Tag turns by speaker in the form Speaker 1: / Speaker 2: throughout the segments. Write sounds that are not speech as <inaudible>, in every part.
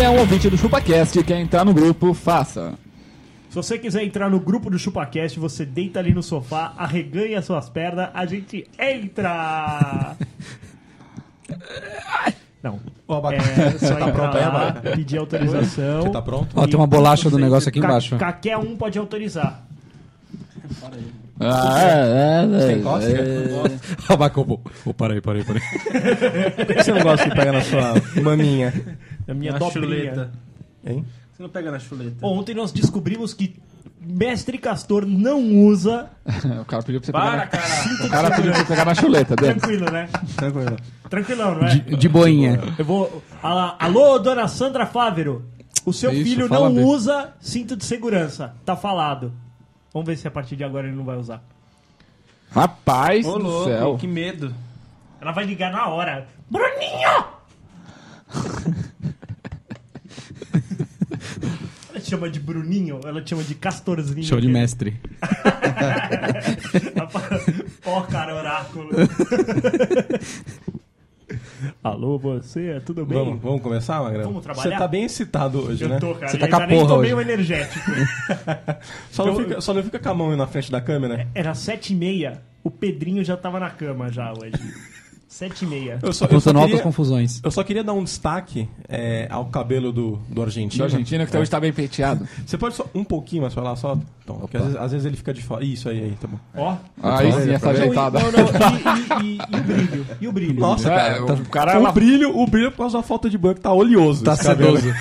Speaker 1: é um ouvinte do ChupaCast, quer entrar no grupo, faça.
Speaker 2: Se você quiser entrar no grupo do ChupaCast, você deita ali no sofá, arreganha suas pernas, a gente
Speaker 3: <laughs>
Speaker 2: entra! Não.
Speaker 4: Ó, abacate.
Speaker 2: É só
Speaker 4: tá
Speaker 2: entrar
Speaker 4: pronto aí,
Speaker 2: lá,
Speaker 4: Abaca?
Speaker 2: pedir autorização.
Speaker 4: Você tá pronto?
Speaker 3: Ó, tem uma bolacha do negócio aqui
Speaker 2: Ca-
Speaker 3: embaixo.
Speaker 2: Qualquer um pode autorizar.
Speaker 1: Ah, é, é, é,
Speaker 4: Gosta?
Speaker 3: Abacobo. Ô, parei, parei, parei.
Speaker 5: Por que você não gosta de pegar na sua maminha?
Speaker 2: É A minha
Speaker 5: Na
Speaker 2: dobrinha.
Speaker 5: chuleta.
Speaker 4: Hein?
Speaker 5: Você não pega na chuleta.
Speaker 2: Ontem nós descobrimos que Mestre Castor não usa.
Speaker 1: O cara pediu pra você pegar
Speaker 5: Para, cara!
Speaker 1: na, o cara pediu pra você pegar na chuleta dele.
Speaker 2: Tranquilo, né?
Speaker 4: Tranquilo.
Speaker 2: Tranquilão, não é?
Speaker 3: De boinha.
Speaker 2: Eu vou. Alá, Alô, dona Sandra Fávero. O seu
Speaker 1: Isso,
Speaker 2: filho
Speaker 1: fala
Speaker 2: não
Speaker 1: bem.
Speaker 2: usa cinto de segurança. Tá falado. Vamos ver se a partir de agora ele não vai usar.
Speaker 1: Rapaz
Speaker 5: Ô,
Speaker 1: do
Speaker 5: louco,
Speaker 1: céu.
Speaker 5: que medo.
Speaker 2: Ela vai ligar na hora. Bruninho!
Speaker 3: <laughs>
Speaker 2: Ela te chama de Bruninho, ela te chama de Castorzinho.
Speaker 3: Show de mestre.
Speaker 2: Ela fala, <laughs> Ó, cara,
Speaker 3: <laughs>
Speaker 2: oráculo. Alô, você, tudo bem?
Speaker 5: Vamos, vamos começar, Magrão?
Speaker 2: Vamos trabalhar?
Speaker 5: Você tá bem excitado hoje, né?
Speaker 2: Eu tô, cara.
Speaker 3: Você
Speaker 2: e
Speaker 3: tá com a
Speaker 2: ainda nem
Speaker 3: porra
Speaker 2: tomei
Speaker 3: hoje.
Speaker 2: um energético.
Speaker 5: Só, não
Speaker 2: Eu- É.
Speaker 5: fica, só não fica com a mão na frente da câmera.
Speaker 2: Era sete e meia, o Pedrinho já tava na cama já
Speaker 5: <laughs>
Speaker 2: hoje. Sete e meia.
Speaker 1: Tá
Speaker 5: Eu só, eu só
Speaker 3: Apontando altas
Speaker 5: queria,
Speaker 3: confusões.
Speaker 5: eu só queria dar um destaque é, ao cabelo do, do argentino.
Speaker 1: Do argentino que até hoje tá bem penteado.
Speaker 5: Você pode só um pouquinho mais falar só? Então, porque às vezes, às vezes ele fica de fora. Isso aí, aí, tá bom.
Speaker 2: Ó.
Speaker 1: Aí sim, essa
Speaker 2: Não, e-
Speaker 1: ajeitada.
Speaker 2: Não, não, e, e- e- e o brilho? E o brilho?
Speaker 5: Nossa,
Speaker 1: É,
Speaker 5: cara. tá-
Speaker 1: o cara
Speaker 5: o,
Speaker 1: ela-
Speaker 5: brilho, o brilho é por causa da falta de banco tá oleoso.
Speaker 3: Tá
Speaker 5: esse cabelo.
Speaker 3: sedoso.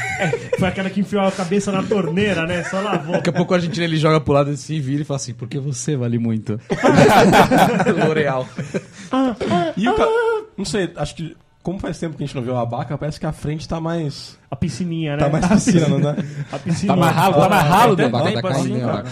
Speaker 2: Foi aquela que enfiou a cabeça na torneira, né? Só lavou.
Speaker 3: Daqui a pouco a Argentina ele joga pro lado e se vira e fala assim, porque você vale muito. L'Oreal.
Speaker 5: E o ca... Não sei, acho que como faz tempo que a gente não viu a abaca, parece que a frente tá mais.
Speaker 2: A piscininha, né?
Speaker 5: Tá <laughs> mais
Speaker 2: a
Speaker 5: piscina, não tá?
Speaker 2: A piscininha.
Speaker 1: Tá amarrado, tá amarrado,
Speaker 5: Tem-
Speaker 1: né?
Speaker 3: Abaca
Speaker 5: tem
Speaker 3: da
Speaker 5: pra
Speaker 3: carne,
Speaker 5: sim,
Speaker 3: né,
Speaker 5: cara.
Speaker 3: abaca?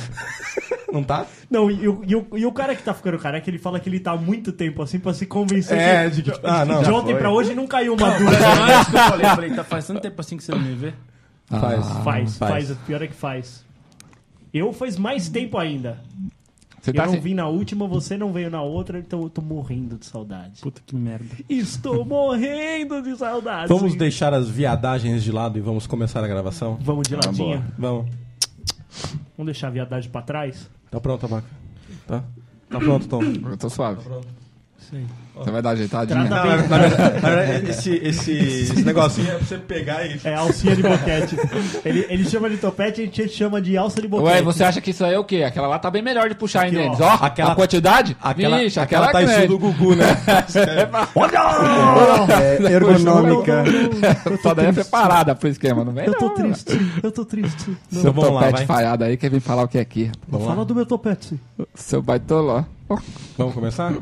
Speaker 5: Não tá?
Speaker 2: Não, e, o- e o- e o cara que tá ficando careca, ele fala que ele tá há muito tempo assim pra se convencer
Speaker 5: É,
Speaker 2: que
Speaker 5: de que. Ah, não.
Speaker 2: de ontem pra hoje não caiu uma dura.
Speaker 6: Não, é isso que eu falei, eu falei, tá faz tanto tempo assim que você não me vê.
Speaker 5: Ah, Faz.
Speaker 2: Faz, faz, O pior é que faz. Eu faz mais tempo ainda.
Speaker 1: Você
Speaker 2: Eu
Speaker 1: tá
Speaker 2: não
Speaker 1: assim,
Speaker 2: vim na última, você não veio na outra, então eu tô morrendo de saudade.
Speaker 6: Puta que merda. <laughs>
Speaker 2: Estou morrendo de saudade.
Speaker 5: Vamos deixar as viadagens de lado e vamos começar a gravação?
Speaker 2: Vamos
Speaker 1: Ah,
Speaker 2: de ladinha.
Speaker 5: Vamos.
Speaker 2: Vamos deixar a viadagem pra trás?
Speaker 5: Tá pronto, abaca? Tá? Tá pronto, Tom.
Speaker 1: eu tô suave.
Speaker 2: Sim.
Speaker 1: Você vai dar ajeitadinha?
Speaker 2: Trata
Speaker 5: Na
Speaker 2: bem.
Speaker 5: verdade- na verdade, esse, esse, esse negocinho é pra você pegar e.
Speaker 2: É alcinha
Speaker 1: <laughs>
Speaker 2: de boquete. ele, ele chama de topete, a gente chama de alça de boquete.
Speaker 1: Ué, você acha que isso aí é o quê? Aquela lá tá bem melhor de puxar ainda
Speaker 2: ó.
Speaker 1: eles. Ó,
Speaker 5: Aquela-
Speaker 1: a quantidade?
Speaker 5: Aquela,
Speaker 1: Vixe,
Speaker 5: aquela,
Speaker 1: aquela
Speaker 5: tá
Speaker 1: grande.
Speaker 5: estilo do Gugu, <laughs> né?
Speaker 4: É ergonômica.
Speaker 1: <laughs> Só daí é preparada pro esquema, não vem?
Speaker 2: Eu tô
Speaker 1: não,
Speaker 2: triste, eu tô triste. Não,
Speaker 1: Seu
Speaker 5: Então vamos lá,
Speaker 1: topete
Speaker 5: vai.
Speaker 1: falhado aí quer vir falar o que é aqui.
Speaker 2: Fala do meu topete.
Speaker 1: Seu baitoló.
Speaker 5: Vamos começar?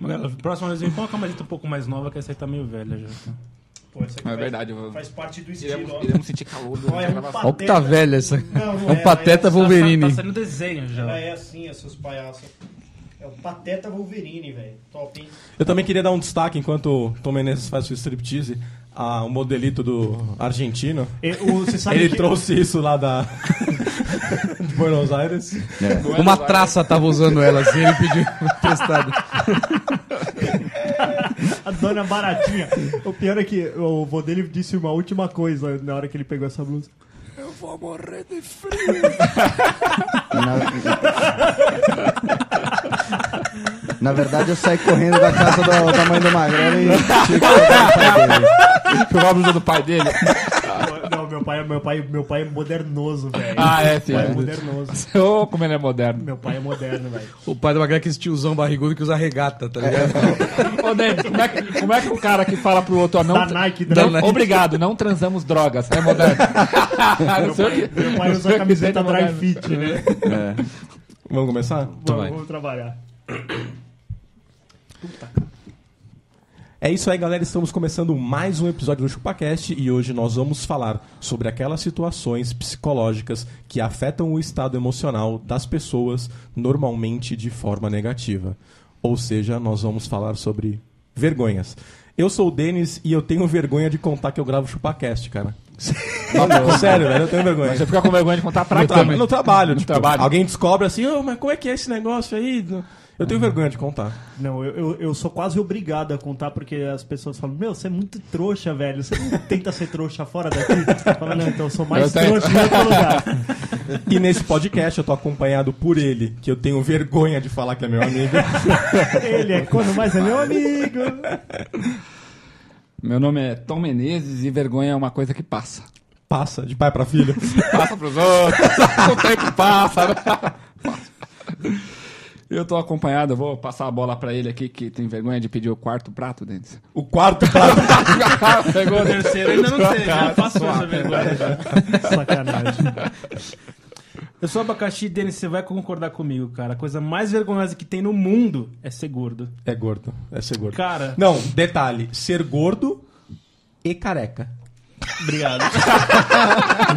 Speaker 6: Galera, próxima vez eu vou com uma maleta um pouco mais nova, que essa aí tá meio velha já.
Speaker 2: Pô, isso aqui
Speaker 1: É verdade, eu vou...
Speaker 2: parte do
Speaker 1: iremos, iremos sentir calor durante
Speaker 2: Olha,
Speaker 1: a gravação.
Speaker 3: Olha o que tá velha essa.
Speaker 2: Não, não
Speaker 3: É um
Speaker 2: é,
Speaker 3: pateta
Speaker 2: mas-
Speaker 3: Wolverine.
Speaker 6: Tá, tá saindo desenho já.
Speaker 2: Ela é assim, é seus palhaços. É o Pateta Wolverine, velho. Top, hein?
Speaker 5: Eu também queria dar um destaque enquanto o Tom Menezes faz o striptease. a- O modelito do argentino.
Speaker 2: É, você sabe
Speaker 5: Ele
Speaker 2: que...
Speaker 5: trouxe isso lá da. <laughs> de Buenos Aires.
Speaker 3: Uma traça tava usando ela assim, ele pediu <laughs> emprestado.
Speaker 2: A dona é baratinha. O pior é que o vô dele disse uma última coisa na hora que ele pegou essa blusa.
Speaker 4: Na... Na verdade, eu saí correndo da casa do- da mãe do Magrelo e tive que pegar o pai dele.
Speaker 1: Pegar a blusa do pai
Speaker 2: <laughs>
Speaker 1: dele.
Speaker 2: Não, meu pai, é- meu pai, meu pai é modernoso, velho.
Speaker 1: Ah, é,
Speaker 2: Meu pai é
Speaker 1: filho.
Speaker 2: modernoso.
Speaker 1: Ô, como ele é moderno.
Speaker 2: Meu pai é moderno, velho.
Speaker 3: O pai do Magrela é aquele tiozão barrigudo que usa regata, tá ligado?
Speaker 1: Ô, Denis, como é, que, como é que o cara que fala pro outro ó, não...
Speaker 2: Da Nike,
Speaker 1: não-
Speaker 2: né?
Speaker 1: Obrigado, não transamos drogas. É
Speaker 2: <laughs>
Speaker 1: moderno. Não sei o que-
Speaker 2: Meu pai
Speaker 1: não sei
Speaker 2: usa
Speaker 1: o que tem
Speaker 2: camiseta
Speaker 1: no
Speaker 2: dry
Speaker 1: moderno.
Speaker 2: fit, né?
Speaker 5: Vamos começar? Então
Speaker 2: Vamos, vamos trabalhar.
Speaker 5: É isso aí, galera. Estamos começando mais um episódio do ChupaCast e hoje nós vamos falar sobre aquelas situações psicológicas que afetam o estado emocional das pessoas, normalmente de forma negativa. Ou seja, nós vamos falar sobre vergonhas. Eu sou o Denis e eu tenho vergonha de contar que eu gravo ChupaCast, cara. Sério, velho, eu tenho vergonha.
Speaker 1: Você fica com vergonha de contar pra
Speaker 5: No,
Speaker 1: trás.
Speaker 5: tra- é no trabalho, tipo,
Speaker 1: trabalho.
Speaker 5: alguém descobre assim, "Ô, mas como é que é esse negócio aí? do- Eu tenho vergonha de contar.
Speaker 2: Não, eu, eu, eu sou quase obrigado a contar, porque as pessoas falam, meu, você é muito trouxa, velho. Você não tenta ser trouxa fora daqui. Fala, não, então eu sou mais
Speaker 1: Eu tenho-
Speaker 2: trouxa em outro lugar.
Speaker 5: E nesse podcast eu tô acompanhado por ele, que eu tenho vergonha de falar que é meu amigo.
Speaker 2: Ele é quando mais é meu amigo.
Speaker 1: Meu nome é Tom Menezes e vergonha é uma coisa que passa.
Speaker 5: Passa de pai pra filho.
Speaker 1: Passa pros outros. o tempo passa, né? Eu tô acompanhado, eu vou passar a bola pra ele aqui, que tem vergonha de pedir o quarto prato, Denis.
Speaker 5: O quarto prato.
Speaker 1: Pegou, né?
Speaker 6: O
Speaker 1: Denis.
Speaker 6: terceiro ainda não sei, já passou essa vergonha. já.
Speaker 2: Sacanagem.
Speaker 6: Eu sou abacaxi, Denis, você vai concordar comigo, cara. A coisa mais vergonhosa que tem no mundo é ser gordo.
Speaker 5: É gordo, é ser gordo.
Speaker 6: Cara,
Speaker 5: Não, detalhe, ser gordo e careca.
Speaker 6: obrigado.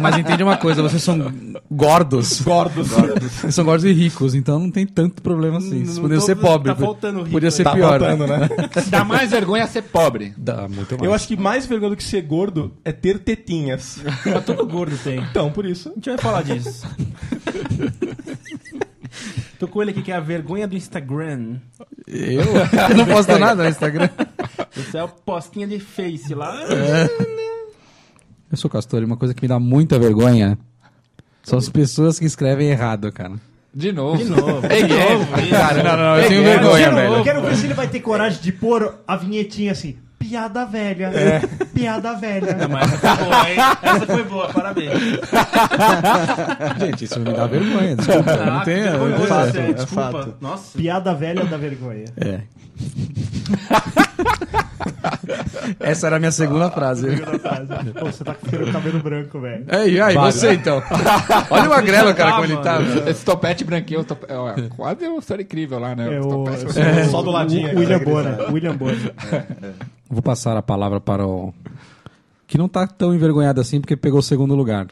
Speaker 3: Mas entende uma coisa, vocês são gordos.
Speaker 5: Gordos.
Speaker 3: Vocês são gordos e ricos, então não tem tanto problema assim. Vocês
Speaker 6: Não
Speaker 3: poderiam
Speaker 6: tô-
Speaker 3: ser pobre.
Speaker 6: tá faltando rico
Speaker 3: Podia
Speaker 6: aí.
Speaker 3: ser
Speaker 5: Tá
Speaker 3: pior.
Speaker 5: faltando, né?
Speaker 1: Dá mais vergonha ser pobre.
Speaker 3: Dá muito mais.
Speaker 5: Eu acho que mais vergonha do que ser gordo é ter <laughs> tetinhas.
Speaker 6: Mas todo Tá gordo tem. A
Speaker 5: Então, por isso.
Speaker 6: gente vai falar disso. Tô com ele aqui que é a vergonha do Instagram.
Speaker 3: Eu? Eu <laughs> não posto nada no Instagram.
Speaker 6: Você é o postinha de face lá.
Speaker 3: Eu sou castor e uma coisa que me dá muita vergonha são as pessoas que escrevem errado, cara.
Speaker 1: De novo.
Speaker 6: De novo.
Speaker 1: Peguei.
Speaker 3: Cara, não, não, Ah, eu tenho vergonha,
Speaker 2: quero, eu
Speaker 3: velho.
Speaker 2: quero ver se ele vai ter coragem de pôr a vinhetinha assim. Piada velha.
Speaker 1: É.
Speaker 2: Piada velha.
Speaker 6: Não, mas essa foi boa, hein? Essa foi boa, parabéns.
Speaker 3: é. Gente, isso me dá vergonha. Desculpa, eu não
Speaker 6: Ah,
Speaker 3: tenho.
Speaker 6: que vergonha
Speaker 4: fato,
Speaker 6: você,
Speaker 4: é
Speaker 6: desculpa.
Speaker 4: fato.
Speaker 6: Nossa.
Speaker 2: Piada velha da vergonha.
Speaker 3: É. <laughs> Essa era a minha segunda frase.
Speaker 2: Segunda frase. Pô, você tá com o cabelo branco, velho.
Speaker 3: Ei, ai, você <laughs> então. Olha o magrelo, cara, como ele tá.
Speaker 6: Mano.
Speaker 3: velho.
Speaker 1: Esse topete branquinho, top... é, ó, quase é uma história incrível lá, né?
Speaker 2: É
Speaker 1: Esse
Speaker 2: o-
Speaker 1: topete-
Speaker 5: Só do ladinho.
Speaker 2: O William Bonner. William Bonner.
Speaker 3: Vou passar a palavra para o. Que não tá tão envergonhado assim porque pegou o segundo lugar.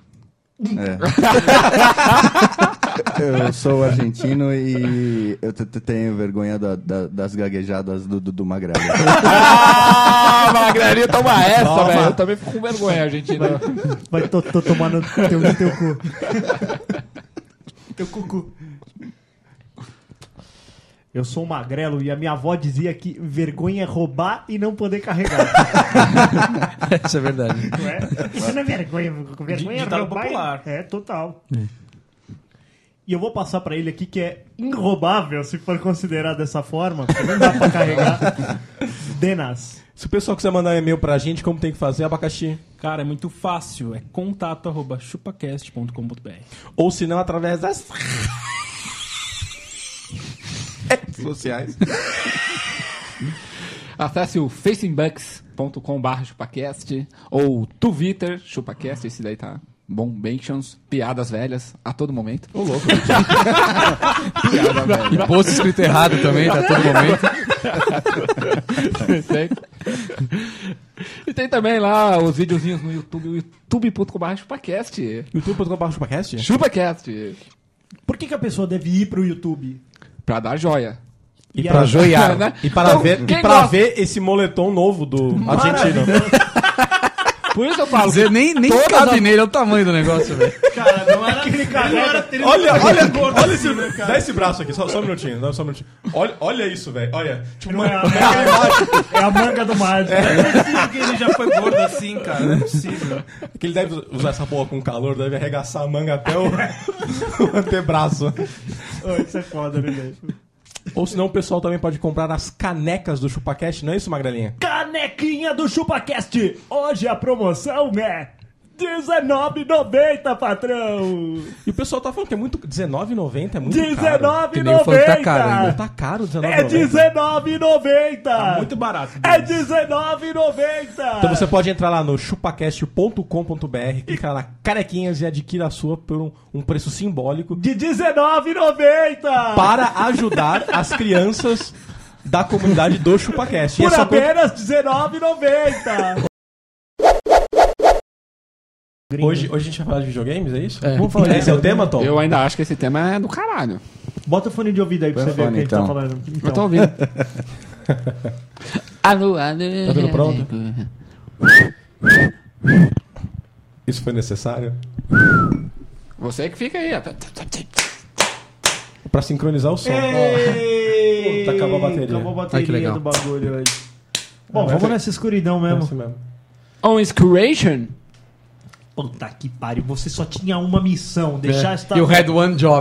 Speaker 4: Eu sou argentino e eu t- t- tenho vergonha da- da- das gaguejadas do Dudu Magrelo.
Speaker 1: Ah, magrelinho, toma essa,
Speaker 5: Toma.
Speaker 1: velho. Eu também fico com vergonha, Argentina.
Speaker 2: Vai tô, tô tomando teu, teu cu. teu cucu. Eu sou um magrelo e a minha avó dizia que vergonha é roubar e não poder carregar.
Speaker 3: <laughs>
Speaker 2: <laughs>
Speaker 3: Isso é verdade.
Speaker 2: não é? Isso não é vergonha. Vergonha é
Speaker 6: ditado
Speaker 2: roubar. e-
Speaker 6: popular.
Speaker 2: É, total. E eu vou passar pra ele aqui que é inrobável, se for considerado dessa forma, porque não dá pra carregar. Denas.
Speaker 5: Se o pessoal quiser mandar um e-mail pra gente, como tem que fazer? Abacaxi.
Speaker 6: Cara, é muito fácil. É contato arroba chupacast.com.br.
Speaker 5: Ou se não, através das redes sociais.
Speaker 1: Acesse o facingbacks.com.br chupacast ou Twitter chupacast, esse daí tá bom, mentions, piadas velhas a todo momento.
Speaker 5: Ô, louco.
Speaker 3: E post escrito errado também, tá a todo momento.
Speaker 1: <laughs> Perfeito. e tem também lá os videozinhos no YouTube, o youtube.com.br chupacast.
Speaker 5: youtube.com.br chupacast?
Speaker 1: Chupacast,
Speaker 2: Por que, que a pessoa deve ir pro YouTube?
Speaker 1: pra dar joia.
Speaker 5: E,
Speaker 2: E
Speaker 5: pra
Speaker 2: aí?
Speaker 5: joiar.
Speaker 1: Né?
Speaker 5: E para,
Speaker 1: Então,
Speaker 5: ver,
Speaker 1: quem
Speaker 5: e pra
Speaker 1: gosta?
Speaker 5: ver esse moletom novo do argentino.
Speaker 1: Por isso eu falo,
Speaker 3: Zé, nem nem cabe nele, olha o tamanho do negócio, velho.
Speaker 6: Cara, não era aquele cara.
Speaker 2: <laughs>
Speaker 5: Olha, olha, olha esse,
Speaker 2: Né,
Speaker 5: dá esse braço aqui, só, só um minutinho, dá só um minutinho. Olha, olha isso, velho, olha. Tipo,
Speaker 2: Não é a manga, é a manga do mágico.
Speaker 6: Porque ele já foi gordo assim, cara. Não é possível.
Speaker 5: que ele deve usar essa porra com calor, deve arregaçar a manga até o, <laughs> o antebraço.
Speaker 2: Ô, Isso é foda, né, gente?
Speaker 5: Ou senão o pessoal também pode comprar as canecas do ChupaCast, não é isso, Magrelinha?
Speaker 2: Canequinha do ChupaCast! Hoje a promoção é R$19,90, patrão!
Speaker 5: E o pessoal tá falando que é muito... R$19,90 é muito caro.
Speaker 3: que nem eu falo que tá caro ainda.
Speaker 2: R$19,90!
Speaker 5: Tá caro
Speaker 2: É
Speaker 5: R$19,90.
Speaker 6: Tá muito
Speaker 2: R$19,90!
Speaker 6: barato.
Speaker 2: É
Speaker 6: Denis.
Speaker 5: Então você
Speaker 2: R$19,90!
Speaker 5: pode entrar lá no chupacast.com.br, clicar na canequinhas e adquira a sua por um, um preço simbólico
Speaker 2: De R$19,90!
Speaker 5: para ajudar as crianças da comunidade do ChupaCast. E
Speaker 2: Por
Speaker 5: é só quando-
Speaker 2: apenas R$19,90!
Speaker 5: Hoje, hoje a gente vai falar de videogames, é isso?
Speaker 3: É.
Speaker 5: Vamos falar disso. Esse é o tema, Tom?
Speaker 1: eu ainda acho que esse tema é do caralho.
Speaker 2: Bota o fone de ouvido aí pra
Speaker 4: Põe
Speaker 2: você
Speaker 4: o
Speaker 2: ver o que a
Speaker 4: fone,
Speaker 2: gente tá
Speaker 4: então.
Speaker 2: falando.
Speaker 1: Eu tô
Speaker 2: Então,
Speaker 1: ouvindo. <laughs> alô, alô.
Speaker 5: Tá tudo pronto? Isso foi necessário?
Speaker 1: Você que fica aí. ó.
Speaker 2: É.
Speaker 5: Pra sincronizar o som.
Speaker 2: Ei!
Speaker 5: Puta, acabou a bateria.
Speaker 6: Acabou a
Speaker 3: Ai, que
Speaker 6: bateria
Speaker 3: legal.
Speaker 6: do bagulho aí.
Speaker 2: Bom, vamos nessa escuridão
Speaker 5: É
Speaker 2: mesmo.
Speaker 5: isso mesmo.
Speaker 1: On Inspiration?
Speaker 2: Puta que pariu, você só tinha uma missão, deixar esta
Speaker 3: É. E o Red One Job.